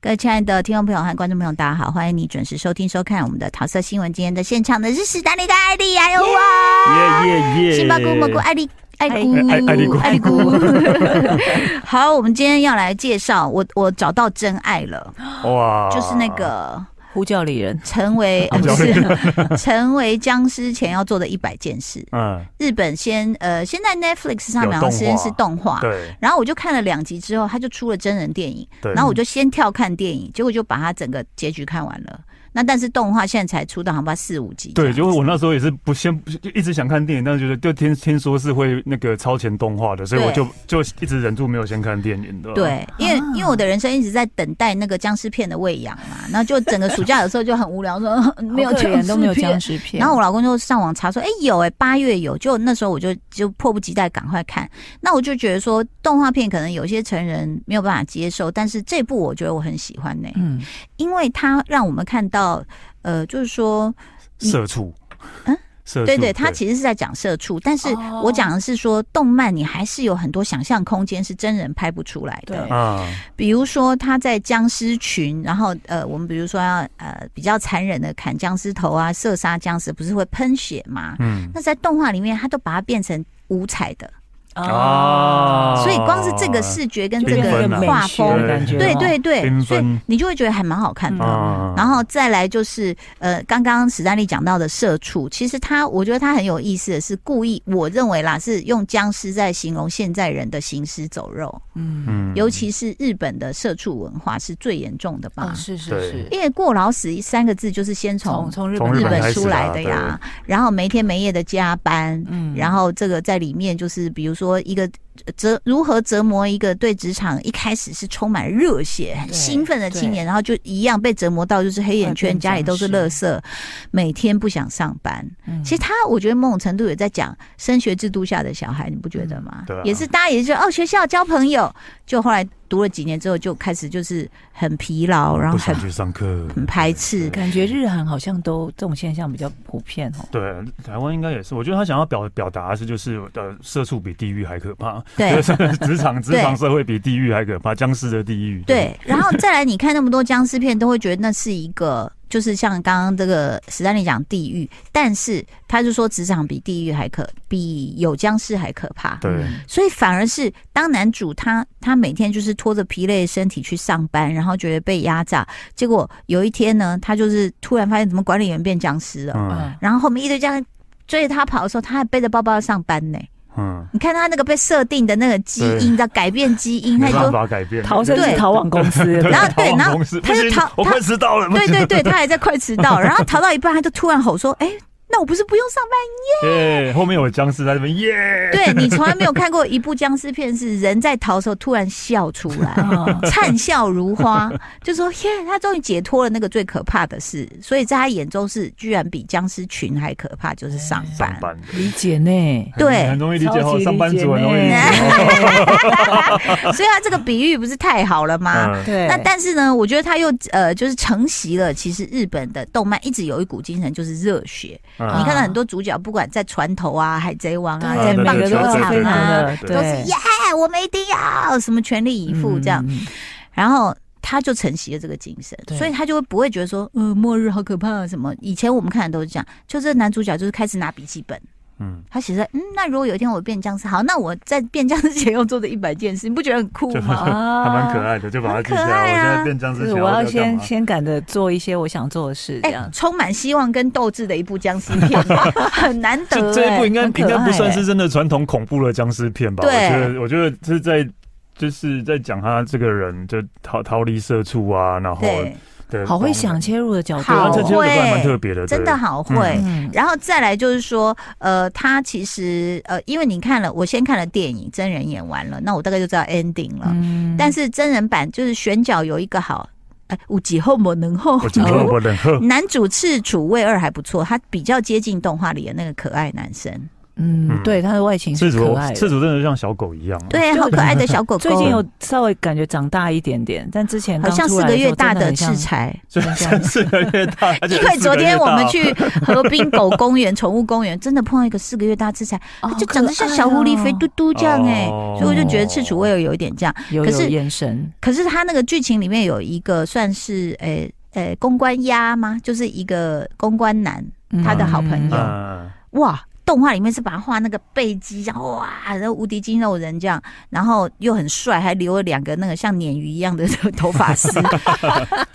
各位亲爱的听众朋友和观众朋友，大家好，欢迎你准时收听收看我们的桃色新闻。今天的现场的是史丹利跟艾哎丽，还有我，耶耶耶！杏鲍菇、蘑菇、艾丽。爱菇，哎哎艾丽菇艾丽 菇。好，我们今天要来介绍我，我找到真爱了，哇，就是那个呼叫里人，成 为啊呃不是成为僵尸前要做的一百件事。嗯，日本先呃，现在 Netflix 上面好像先是动画，对然后我就看了两集之后，他就出了真人电影，对，然后我就先跳看电影，结果就把它整个结局看完了。那但是动画现在才出到好像不知道四五集这对，样子，就是我那时候也是不先就一直想看电影，但是觉得就听听说是会那个超前动画的，所以对我就就一直忍住没有先看电影的。，对，因为、啊因为我的人生一直在等待那个僵尸片的喂养嘛，然后就整个暑假有时候就很无聊，说 呃没有好可僵怜尸都没有片僵尸片。然后我老公就上网查说，哎、有哎、八月有，就那时候我就就迫不及待赶快看。那我就觉得说，动画片可能有些成人没有办法接受，但是这部我觉得我很喜欢呢、嗯，因为它让我们看到，呃，就是说，社畜，嗯，社畜，对对，它其实是在讲社畜，但是哦我讲的是说，动漫你还是有很多想象空间是真人拍不出来的对。啊，比如说他在僵尸群，然后呃，我们比如说要呃比较残忍的砍僵尸头啊，射杀僵尸，不是会喷血吗？嗯那在动画里面，它都把它变成五彩的，哦啊，所以光是这个视觉跟就这变成个一个美画学风，哦的感觉，哦对对缤对，纷所以你就会觉得还蛮好看的。啊，然后再来就是，呃，刚刚史丹利讲到的社畜，其实他我觉得他很有意思的是故意，我认为啦是用僵尸在形容现在人的行尸走肉，嗯，嗯尤其是日本的社畜文化是最严重的吧哦，？是是对是，因为过劳死三个字就是先从从从日嗯从本日开本始出来啊的呀，然后没天没夜的加班，嗯然后这个在里面就是，比如说一个呃折如何折磨一个对职场一开始是充满热血、很对兴奋的青年，然后就一样被折磨到就是黑眼圈，快变家里都是垃圾，每天不想上班。嗯其实他我觉得某种程度也在讲升学制度下的小孩，你不觉得吗？对啊也是大家也是哦，学校交朋友，就后来读了几年之后就开始就是很疲劳，然后不很嗯想去上课，很排斥。感觉日韩好像都这种现象比较普遍哦。对，台湾应该也是。我觉得他想要表表达的是，就是呃，社畜比地狱还可怕。对就是 职场职对场社会比地狱还可怕，僵尸的地狱。对，然后再来，你看那么多僵尸片，都会觉得那是一个，就是像刚刚这个史丹利讲地狱，但是他就说职场比地狱还可，比有僵尸还可怕。对嗯所以反而是当男主他他每天就是拖着疲累的身体去上班，然后觉得被压榨，结果有一天呢，他就是突然发现怎么管理员变僵尸了，啊嗯然后后面一堆这样追着他跑的时候，他还背着包包要上班呢。嗯，你看他那个被设定的那个基对因，他改变基 因，他没办就法改变。逃生对是逃往公司，对然后对逃往然后公司他不就行逃 我他快迟到了。对对对，他还在快迟 到，然后逃到一半，他就突然吼说：“哎、那我不是不用上班 对，哎耶，后面有僵尸在那边耶。？” 对你从来没有看过一部僵尸片是人在逃的时候突然笑出 来， 啊，灿笑如花，就说：“耶，他终于解脱了那个最可怕的事。”所以在他眼中是居然比僵尸群还可怕，就是上班上。班的理解呢，对很容易理解超哦，级上班理解族很容易理呢解。所以他这个比喻不是太好了吗？嗯 对，那但是呢，我觉得他又呃，就是承袭了其实日本的动漫一直有一股精神，就是热血。嗯你看到很多主角，不管在船头啊、海贼王啊、对在对棒对球对场对啊，对都是对耶，我们一定要什么全力以赴这样。，嗯然后他就承袭了这个精神，对所以他就会不会觉得说，呃，末日好可怕啊什么。以前我们看的都是这样，就这男主角就是开始拿笔记本。嗯，他写在，嗯，那如果有一天我变僵尸，好，那我在变僵尸前要做的一百件事，你不觉得很酷就 吗？啊还蛮可爱的，就把它记下很可来。爱我啊现在变僵就尸是前，我要要干先嘛？先赶着做一些我想做的事，这哎、样。充满希望跟斗志的一部僵尸片， 很难得、这哎。这一部应该很可应爱该不算是真的传统恐怖的僵尸片吧？我对觉得我觉得是在就是在讲他这个人就逃逃离社畜啊，然后对，对，好会想切入的角度对啊，好这哦，切入的还蛮特别的，真的对好会。嗯嗯，然后再来就是说，呃，他其实呃，因为你看了，我先看了电影，真人演完了，那我大概就知道 ending 了。嗯但是真人版就是选角有一个好，哎、有几后某能后我 今天我冷喝，男主赤楚卫二还不错，他比较接近动画里的那个可爱男生。嗯，嗯对，它的外形赤是可足爱赤的。足真的像小狗一样、啊，对啊，就好可爱的小狗狗，最近有稍微感觉长大一点点，但之前好像四个月大的赤赤 柴。所以像四个月 大，而且因为四昨个月天我们大去河滨狗公园、宠物公园， 真的碰到一个四个月大赤柴，它就长得像小狐狸，哦肥嘟嘟这样哎、哦所以我就觉得赤楚威尔有一点这样。有可有是眼神，可是它那个剧情里面有一个算是诶诶、呃公关鸭吗？就是一个公关男，嗯他的好朋友嗯，哇，动画里面是把他画那个背肌，然后哇，然后无敌肌肉人这样，然后又很帅，还留了两个那个像鲶鱼一样的头发丝。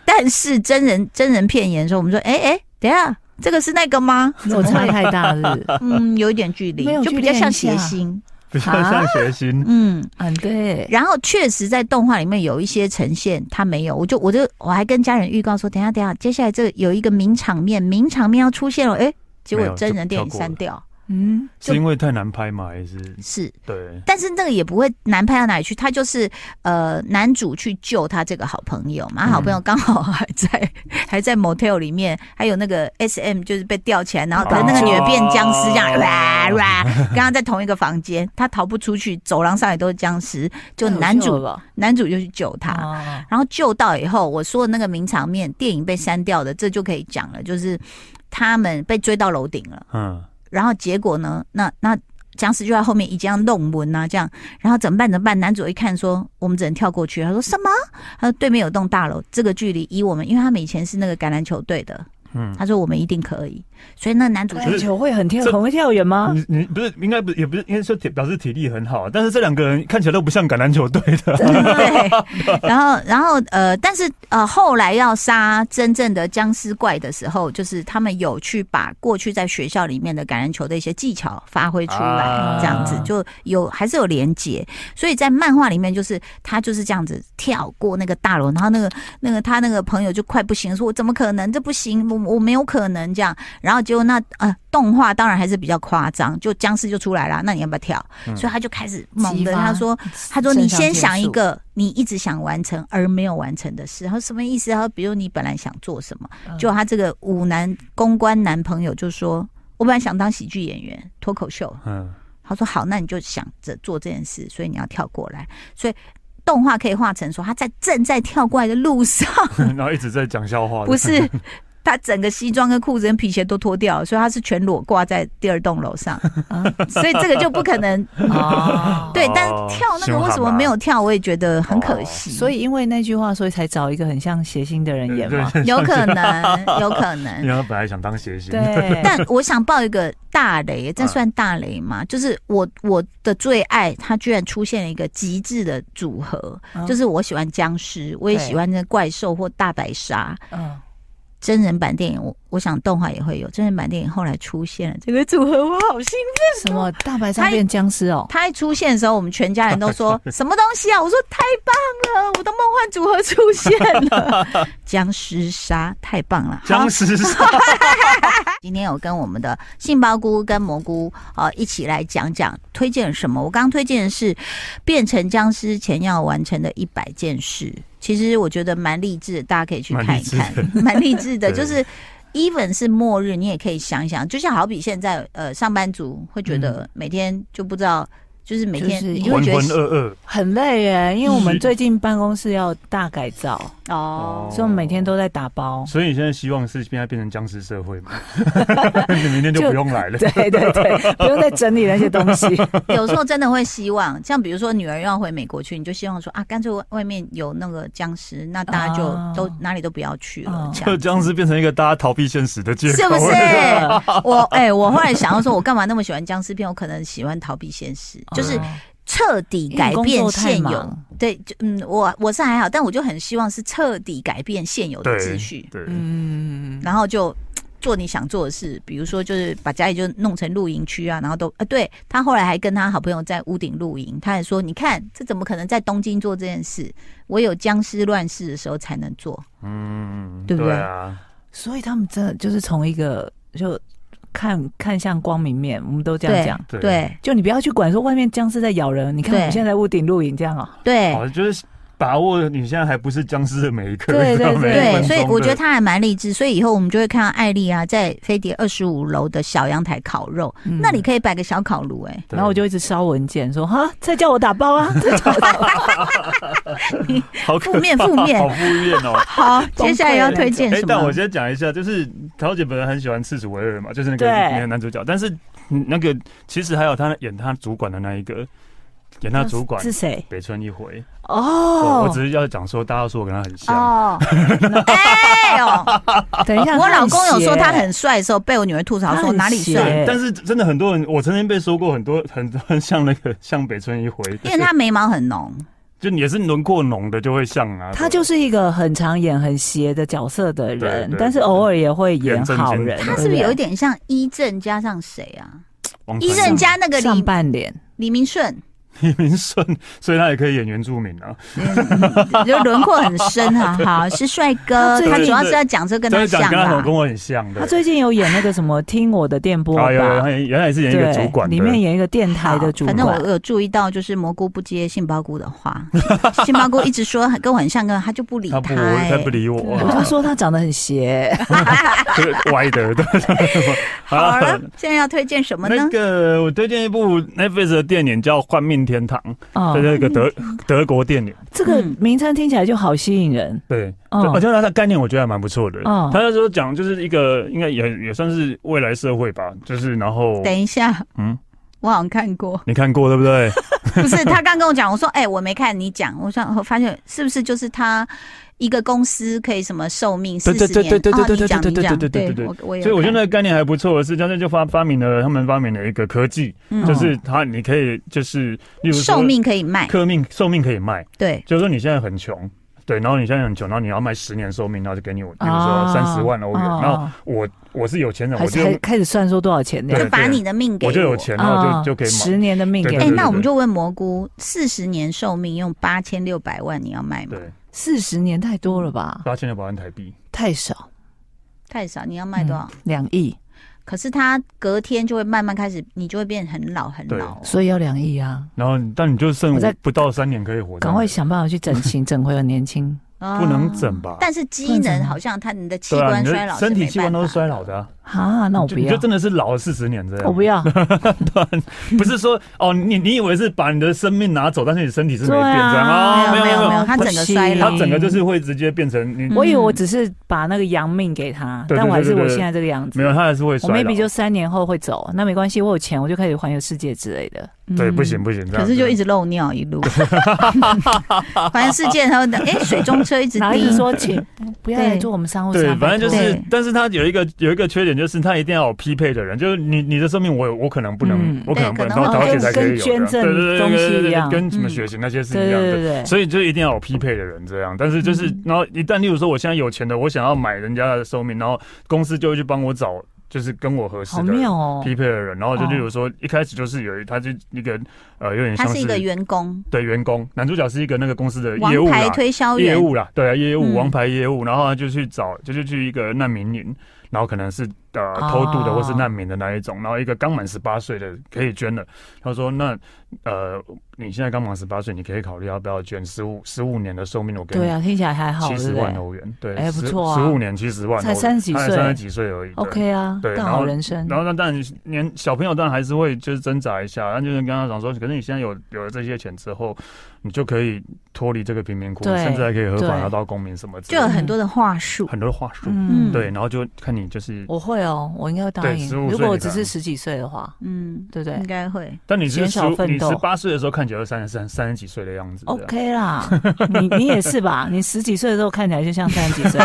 但是真人真人片演的时候，我们说，哎、哎、等一下，这个是那个吗？落差太大了是不是嗯，有一点距离没有，就去比较练像啊一谐下星。比较像谐星， 嗯，嗯，对，然后确实在动画里面有一些呈现，他没有，我就我就我还跟家人预告说，等一下等一下，接下来这个有一个名场面，名场面要出现了，哎、结没果有真就人电跳影过删了掉，嗯，就是因为太难拍吗？还是是。对？但是那个也不会难拍到哪里去，他就是呃，男主去救他这个好朋友嘛，嗯好朋友刚好还在、 还在 motel 里面，还有那个 S M 就是被吊起来，然后可是那个女的变僵尸这样，哦哇哇，跟他在同一个房间，他逃不出去，走廊上也都是僵尸，就太有男趣了主吧男主就去救他。哦然后救到以后，我说的那个名场面，电影被删掉的，这就可以讲了，就是他们被追到楼顶了。嗯，然后结果呢，那那僵尸就在后面一这样弄门啊，这样，然后怎么办？怎么办？男主一看说，我们只能跳过去。他说什么？他说对面有栋大楼，这个距离以我们，因为他们以前是那个橄榄球队的，嗯他说我们一定可以。所以那男主橄就可榄是球会很跳，这很会跳远啊吗？你你不是应该不也不是应该说体表示体力很好，但是这两个人看起来都不像橄榄球队的， 对，然后然后呃，但是呃，后来要杀真正的僵尸怪的时候，就是他们有去把过去在学校里面的橄榄球的一些技巧发挥出来，啊这样子就有还是有连结。所以在漫画里面，就是他就是这样子跳过那个大楼，然后那个那个他那个朋友就快不行，说我怎么可能？这不行，我我没有可能这样。然后结果那呃，动画当然还是比较夸张，就僵尸就出来了，那你要不要跳？嗯所以他就开始猛激的发他说。他说：“肾你上先腺想一素个你一直想完成而没有完成的事。”他说：“什么意思？”他说：“比如你本来想做什么，嗯就他这个五男公关男朋友就说：‘我本来想当喜剧演员、脱口秀。嗯，’ 他说：‘好，那你就想着做这件事，所以你要跳过来。’所以动画可以画成说他在正在跳过来的路上，然后一直在讲笑话，不是。”他整个西装跟裤子跟皮鞋都脱掉了，所以他是全裸挂在第二栋楼上，啊所以这个就不可能。，哦对哦，但是跳那凶个悍为什么吧没有跳？我也觉得很可哦惜。所以因为那句话，所以才找一个很像谐星的人演嘛。 有可能，有可因能。为他本来想当谐星，对，但我想爆一个大雷，这算大雷吗？嗯就是我我的最爱，它居然出现了一个极致的组合，嗯就是我喜欢僵尸，我也对喜欢那怪兽或大白鲨。嗯，真人版电影，我我想动画也会有。真人版电影后来出现了这个组合，我好兴奋。什么大白他鲨变僵尸哦？它一出现的时候，我们全家人都 说什么东西啊？我说太棒了，我的梦幻组合出现了， 僵尸鲨太棒了，好僵尸是 今天有跟我们的杏鲍菇跟蘑菇呃一起来讲讲推荐什么。我刚刚推荐的是《变成僵尸前要完成的一百件事》，其实我觉得蛮励志的，大家可以去看一看， 蛮励志的，对就是。even 是末日，你也可以想一想，就像好比现在呃上班族会觉得每天就不知道，就是每天就是你就浑会觉浑得噩很累耶，因为我们是最近办公室要大改造，哦哦，所以我们每天都在打包 噩，。所以你现在希望是现在变成僵尸社会嘛？ 你明天就不用来了，对对 对，不用再整理那些东西。 有时候真的会希望，像比如说女儿要回美国去，你就希望说啊，干脆外外面有那个僵尸，那大家就哦都、哪里都不要去了哦，这样就僵尸变成一个大家逃避现实的借口， 是不是？ 我哎、我后来想要说，我干嘛那么喜欢僵尸片？我可能喜欢逃避现实，就是哦彻底改因为变工作太现有。忙对，就嗯，我我是还好，但我就很希望是彻底改变现有的对秩序， 对，嗯，然后就。嘖做你想做的事，比如说就是把家里就弄成露营区啊，然后都啊，对他后来还跟他好朋友在屋顶露营，他还说你看这怎么可能在东京做这件事？我有僵尸乱世的时候才能做。嗯，对不对啊，所以他们真的就是从一个就看看向光明面，我们都这样讲。对对就你不要去管说外面僵尸在咬人，你看对我们现在在屋顶露营这样哦，对，好，就是把握你现在还不是僵尸的每一刻，对你知道对每一对，分所以钟我觉得的他还蛮励志，所以以后我们就会看到艾丽啊，在飞碟二十五楼的小阳台烤肉，嗯那里可以摆个小烤炉、 哎，对然后我就一直烧文件，说哈，再叫我打包 啊，再叫我打包。好可负面怕负面好负面哦。 好，接下来要推荐哎、什但我么？先讲一下，就是陶姐本来很喜欢赤楚维尔嘛，就是那个对那个男主角，但是嗯那个其实还有他演他主管的那一个，演他主管是谁？北村一回。哦，哦我，只是要讲说，大家说我跟他很像。哦，哎呦， 等一下，我他老很公有说邪他很帅的时候，被我女儿吐槽他说很哪里邪帅，对，但是真的很多人，我曾经被说过很多 很多很像那个像北村一回，因为他眉毛很浓，就也是轮廓浓的就会像啊。他就是一个很常演很邪的角色的对，人对但是偶尔也会演好人。演正经他是不是有一点点像一正加上谁啊？王一传正加那个上李半脸？李明顺， 李明顺，所以他也可以演原住民啊。就轮廓很深哈，好是帅哥，对他主要对是要讲这跟真他的讲像啊跟他老啦跟。我很像的。他最近有演那个什么《听我的电波》啊，有有，吧他？也原来也是演一个主管的，里面演一个电台好的主反管。正我有注意到，就是蘑菇不接杏鲍菇的话， 杏鲍菇一直说跟我很像，跟他就不理他不哎他不理我， 我 就说他长得很邪， 这个歪的，对。 好了，现在要推荐什么那呢？个我推荐一部 Netflix 的电影叫《幻命天堂》，哦这，是一个德德国电影。这个嗯名称听起来就好吸引人。对，哦而且它的概念我觉得还蛮不错的。哦他那时候讲就是一个应该也也算是未来社会吧，就是然后等一下，嗯，我好像看过，你看过对不对？不是他刚跟我讲，我说哎、我没看，你讲，我想我发现是不是就是他一个公司可以什么寿命四对十对年？对对对对哦你讲对对你讲对对对对我我也有所以我觉得看那个概念还不错的是，他就发发明了他们发明了一个科技，嗯就是它你可以就是例如说寿命可以卖，克命寿命可以卖，对，就是说你现在很穷，对，然后你现在很穷，然后你要卖十年寿命，然后就给你我，比如说哦三十万欧元，哦然后我我是有钱人，还我是还就开始算说多少钱呢对？就把你的命给我就有。钱，然啊后就就可以买十。年的命给对哎、对你对，那我们就问蘑菇，四十年寿命用八千六百万，你要卖吗对？，四十年太多了吧？八千六百万台币，太少，太少，你要卖多少？嗯？两亿，可是它隔天就会慢慢开始，你就会变很老很老哦。所以要两亿啊！然后但你就剩我在不到三年可以活，赶快想办法去整 形，整回很年轻。啊不能整吧？但是机能好像它你的啊器对啊，官你衰的老，身体器官都是衰老。的啊，啊，那我你就不你就要，真的是啊老了四十年这样。我不要，要。 不是说哦，你你以为是把你的生命拿走，但是你身体是没对变这样啊啊？没有没没有没有，它它整个衰不老行。整个就是会直接变成你嗯我以为我只是把那个阳命给他，对对但我还是对对我对现在这个样子。没有，它还是会我衰老 maybe。就三年后会走，那没关系，我有钱我就开始环游世界之类的。对，嗯不行不行，这样可是就子一直漏尿一 路，反正世界他们的哎，水中车 一直然后一滴直，说请不要对来做我们商务对，舱，反正就拜托是对，但是它有一个有一个缺点，就是它一定要有匹配的人，就是你你的生命我我可能不能嗯，我可能不能，对到可能陶姐跟才可以有的，跟捐赠对对对东西对对对一样跟什么嗯血型那些是对一样对的。对对，所以就一定要有匹配的人这样，但是就是，嗯然后一旦例如说我现在有钱的，我想要买人家的寿命，然后公司就会去帮我找，就是跟我合适好的人妙哦。匹配的人，然后就哦例如说一开始就是有一，他就一个呃有点他像是一个员工，对员工，男主角是一个那个公司的王业务牌啦，推哦销业员，务啦，对啊，业嗯务王牌业务，然后他就去找，就是去一个难民营，然后可能是呃哦偷渡的或是难民的那一种，然后一个刚满十八岁的可以捐了，他说那呃你现在刚满十八岁，你可以考虑要不要捐十五十五年的寿命，我给对你啊，听起来还好，七对十不万对欧元，对，哎不错啊十五年七十万欧元，才30几岁三十几岁而已对？OK 啊，对大然好后人生。然后那当然年小朋友当然还是会就是挣扎一下，但就是跟他讲说，可是你现在有有了这些钱之后，你就可以脱离这个贫民窟，对甚至还可以合法对拿到公民什么之就类有的，很多的话术。很多话术。嗯，对，，然后就看你就是，我会哦，我应该会答对应。 15岁如果我你只看是十几岁的话，嗯，对不对应该会。但你是减十少奋你斗哦十八岁的时候看起来三十三三十几岁的样子啊这样？OK 啦，你你也是吧？你十几岁的时候看起来就像三十 几岁，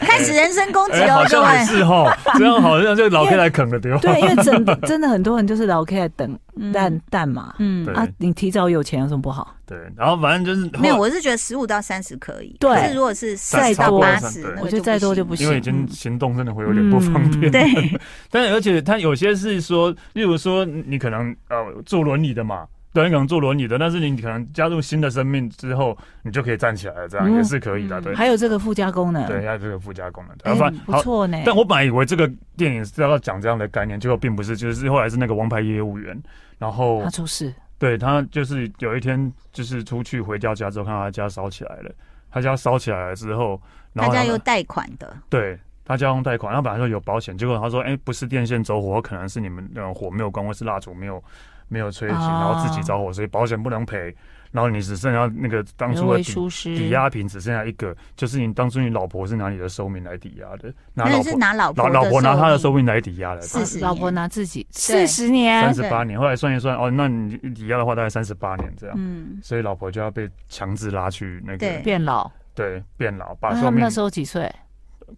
开始人身攻击哎，哦好，各像也位。是哈，这样好像就老 K 来啃了对吧？对，因为真真的很多人就是老 K 在等蛋蛋嘛。嗯嗯对啊，你提早有钱有什么不好？对，然后反正就是没有，后来我是觉得十五到三十可以，对可是如果是四再十到多八十对，那个我觉得再多就不行。行，因为已经行动真的会有点不方便，嗯对，但而且他有些是说，例如说你可能呃坐轮椅的嘛，对，你可能坐轮椅的，但是你可能加入新的生命之后，你就可以站起来了，这样、嗯也是可以的，嗯对，还有这个附加功能，对，它这个附加功能，哎，然后、不好。错呢。但我本来以为这个电影是要讲这样的概念，结果并不是，就是后来是那个王牌业务员，然后他出事，对他就是有一天就是出去回到家之后，看到他家烧起来了，他家烧起来了之后， 然他后家他有贷款的，对他家用贷款，他本来说有保险，结果他说，哎、不是电线走火，可能是你们呃火没有关，或是蜡烛没有没有吹熄，哦然后自己着火，所以保险不能赔，然后你只剩下那个当人初的为抵疏失，啊抵押品只剩下一个，就是你当初你老婆是拿你的寿命来抵押的，拿那老是婆拿老老婆老婆拿她的手寿命来抵押的，是40老年婆拿自己对四十年三，十八年，后来算一算，哦，那你抵押的话大概三十八年这样，嗯，所以老婆就要被强制拉去那对个变老。对变老，把那寿他们命啊那时候几岁？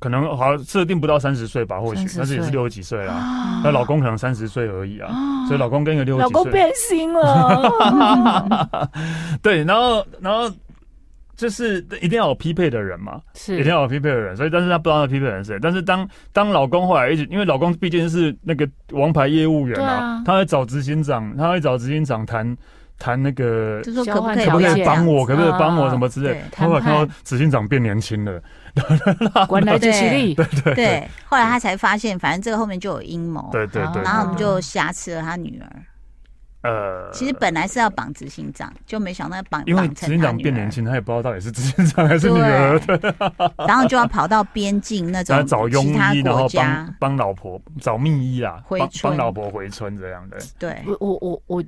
可能好像设定不到三十岁吧，或许30，岁但是也是六十几岁啦。啊那老公可能三十岁而已啊，哦所以老公跟一个六十老几公岁，变心 了，哦对，然后然后就是一定要有匹配的人嘛，一定是要有匹配的人，所以但是他不知道他匹配的人是谁，但是当当老公后来一直，因为老公毕竟是那个王牌业务员对啊啊，他会找执行长，他会找执行长谈谈那个就说可不可以可不可交换条以件帮我，可不可以帮我啊什么之类对，后来谈判看到执行长变年轻了，原来就是你， 对，后来他才发现，反正这个后面就有阴谋，对对哦对，然后我们啊就挟持了他女儿。呃，其实本来是要绑执行长，就没想到绑因为绑执成行他长女变年儿，轻，他也不知道到底是执行长还是女儿，对， 然后就要跑到边境那然种后找庸其他医，然国后家帮，帮老婆找密医啦，回帮村帮老婆回村这样的对，我我我我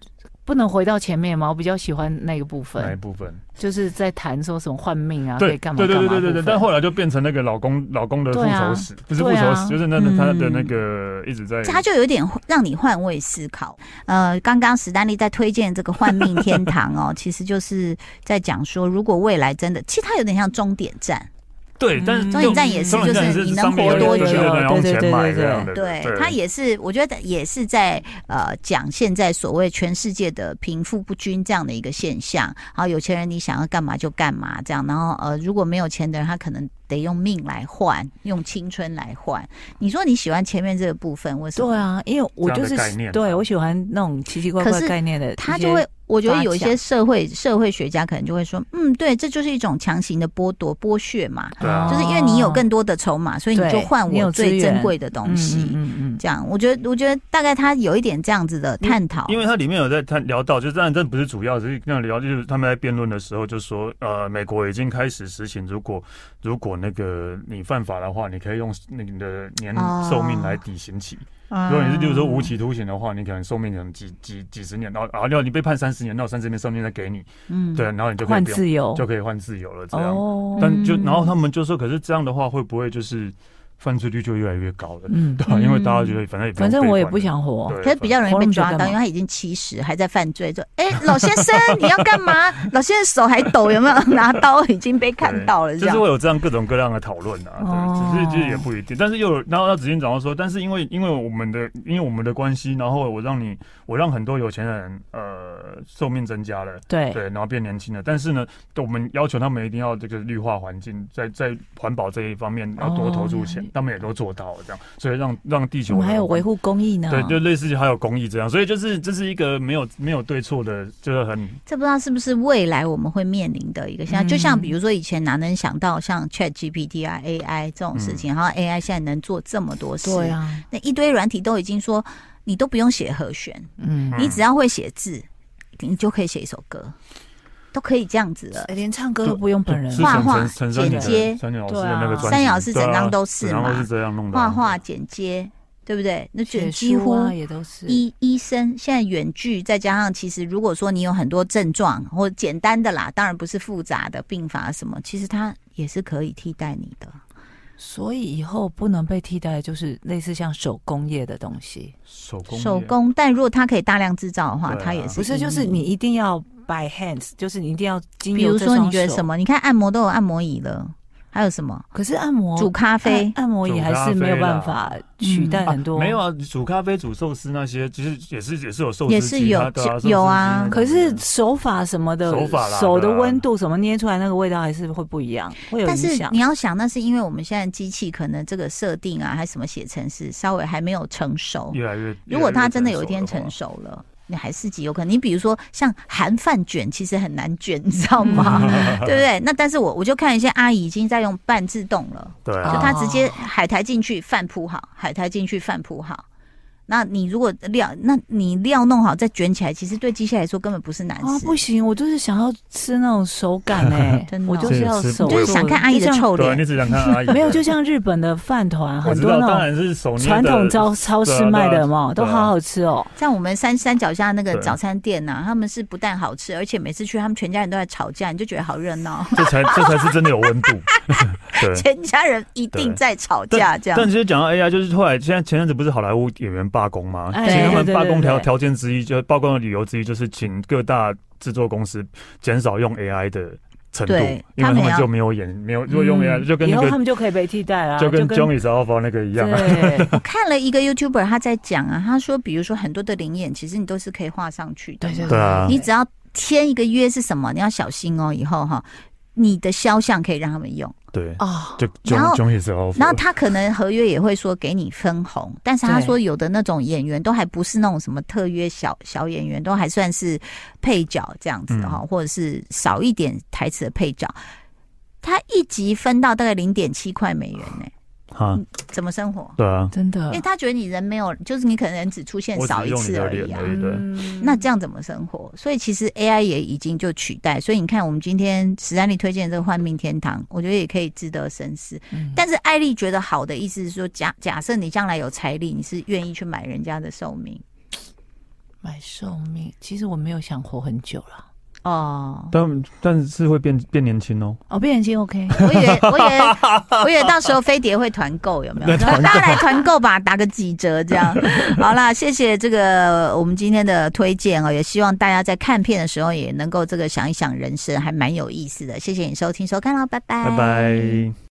不能回到前面吗？我比较喜欢那个部那一分，部分。就是在谈说什么换命啊，可对以对干嘛对干对嘛对部对对，分但后来就变成那个老公老公的复对啊仇史，不是复对仇啊史，就是那个他的嗯那个一直在他就有点让你换位思考。呃，刚刚史丹利在推荐这个《幻命天堂》哦， 其实就是在讲说，如果未来真的，其实它有点像终点站，对，但是终嗯就点站也是终就点站是是你能商品活多对对久对，对然后对对钱对买对这样的，对，他也是，我觉得也是在呃讲现在所谓全世界的贫富不均这样的一个现象。好，有钱人你想要干嘛就干嘛这样，然后呃如果没有钱的人，他可能得用命来换，用青春来换。你说你喜欢前面这个部分，为什么？对啊，因为我这样就的是概念啊对我喜欢那种奇奇怪可怪是概念的一些，他就会，我觉得发有一些奖社会社会学家可能就会说，嗯，对，这就是一种强行的剥夺剥削嘛，对啊就是因为你有更多的筹码，所以你就对换你我有资最珍源贵的东西。嗯嗯这样，我觉得，我觉得大概他有一点这样子的探讨，因为它里面有在谈聊到，就是当然这不是主要，只是那样聊，就是他们在辩论的时候就说，呃，美国已经开始实行，如果如果那个你犯法的话，你可以用那个你的年哦寿命来抵刑期。啊如如果你嗯是，例如说无期徒刑的话，你可能寿命可能几几几十年，然后啊，要你被判三十年，那我三十年寿命再给你，嗯对，，然后你就嗯，可以换不用自由就可以换自由了这样。哦，但就嗯然后他们就说，可是这样的话会不会就是犯罪率就越来越高了？嗯，对吧？啊因为大家觉得反正也不用反正我也被关不想活，对可是比较容易被抓啊到，因为他已经七十还在犯罪，说：“哎、老先生，你要干嘛？”老先生手还抖，有没有拿刀已经被看到了？对这就样是会有这样各种各样的讨论啊，哦对，只是就是也不一定，但是又有，然后他直接讲到说，但是因为因为我们的因为我们的关系，然后我让你我让很多有钱人呃寿命增加了。对对，然后变年轻了，但是呢，我们要求他们一定要这个绿化环境，在在环保这一方面要多投入钱，哦他们也都做到了这样，所以让让地球我们还有的维护啊公益呢，对，就类似还有公益这样，所以就是这是一个没有没有对错的，就是很这不知道是不是未来我们会面临的一个现象，嗯就像比如说以前哪能想到像 Chat GPT 啊、AI 这种事情，然后 AI 现在能做这么多事，嗯对啊，那一堆软体都已经说你都不用写和弦，嗯，嗯你只要会写字，你就可以写一首歌，都可以这样子了。连唱歌都不用本人是画画陈陈珊妮的剪接珊妮老师的那个对专啊辑，三爻是对整啊张都是然后嘛是，这样弄的啊画画、剪接，对不对？那就写几书乎啊也都是医医生现在远距，再加上其实如果说你有很多症状或简单的啦，当然不是复杂的病法什么，其实它也是可以替代你的。所以以后不能被替代的就是类似像手工业的东西，手工手业工，但如果它可以大量制造的话，对啊它也是不是嗯就是盈利你。一定要 by hands，就是你一定要经比由如这说，你双觉得手什？么？你看按摩都有按摩椅了，还有什么可是按摩煮咖啡按？按摩也还是没有办法取代啊很多，没有。啊，煮咖啡、煮寿司那些，其实也是也是有寿司也是机有啊对啊有寿司机啊那种可是的手法什么的，手法啦手的对啊温度什么捏出来那个味道还是会不一样，会有但影是响你。要想，那是因为我们现在机器可能这个设定啊，还什么写程式，稍微还没有成嗯熟。啊越来越，哦如果它真的有一越来越天成成熟熟了，你还是极有可能。你比如说像韩饭卷，其实很难卷，你知道吗？嗯 对不对？那但是我我就看一些阿姨已经在用半自动了，的话，对就啊，她直接海苔进去，饭铺好，海苔进去，饭铺好。那你如果料，那你料弄好再卷起来，其实对机械来说根本不是难啊，事，不行，我就是想要吃那种手 感哎、真的哦我就是要是手，不就是想看阿姨的就像。臭对啊，你脸。只想看阿姨的， 没有，就像日本的饭团，我很知多道，当那然是手种捏传统的超超市对啊卖对的啊嘛，都对啊好好吃哦。像我们山山脚下那个对早餐店呐、他们是不但好吃，而且每次去他们全家人都在吵架，你就觉得好热闹， 这才这才是真的 有温度。对，全家人一定在吵架这样但。其实讲到 AI，就是后来现在前阵子不是好莱坞演员罢工吗？哎其实啊他们对对对罢工条对条件之一，就是罢工的理由之一，就是请各大制作公司减少用 AI 的程度，因对为他他们们要就没有演，没有如果用 AI 嗯就跟以那后他个们就可以被替代啦，就跟对 Johnny Alpha 那个一样啊，我看了一个 YouTuber 他在讲啊，他说比如说很多的灵眼，其实你都是可以画上去的对嘛，对 对啊你只要签一个约是什么，你要小心哦，以后哈。你的肖像可以让他们用，对，哦，就然后 John Johnny Alpha，然后他可能合约也会说给你分红，但是他对说有的那种演员都还不是那种什么特约小小演员，都还算是配角这样嗯子的哈，或者是少一点台词的配角，他一集分到大概零点七块美元呢、啊，怎么生活？对啊，真因的为，他觉得你人没有，就是你可能人只出现我只少一用你次的而已脸啊而。已对嗯那这样怎么生活？所以其实 AI 也已经就取代，所以你看我们今天史丹利推荐这个幻命天堂，我觉得也可以值得深思。嗯但是艾丽觉得好的意思是说，假假设你将来有财力，你是愿意去买人家的寿命买寿命，其实我没有想活很久了。哦。但但是会变变年轻哦，哦，变年轻 OK，我以为，我以为，我以为到时候飞碟会团购，有没有？大家来团购吧，打个几折这样。好啦，谢谢这个我们今天的推荐哦，也希望大家在看片的时候哎也能够这个想一想人生，还蛮有意思的。谢谢你收听收看喽，拜拜，拜拜。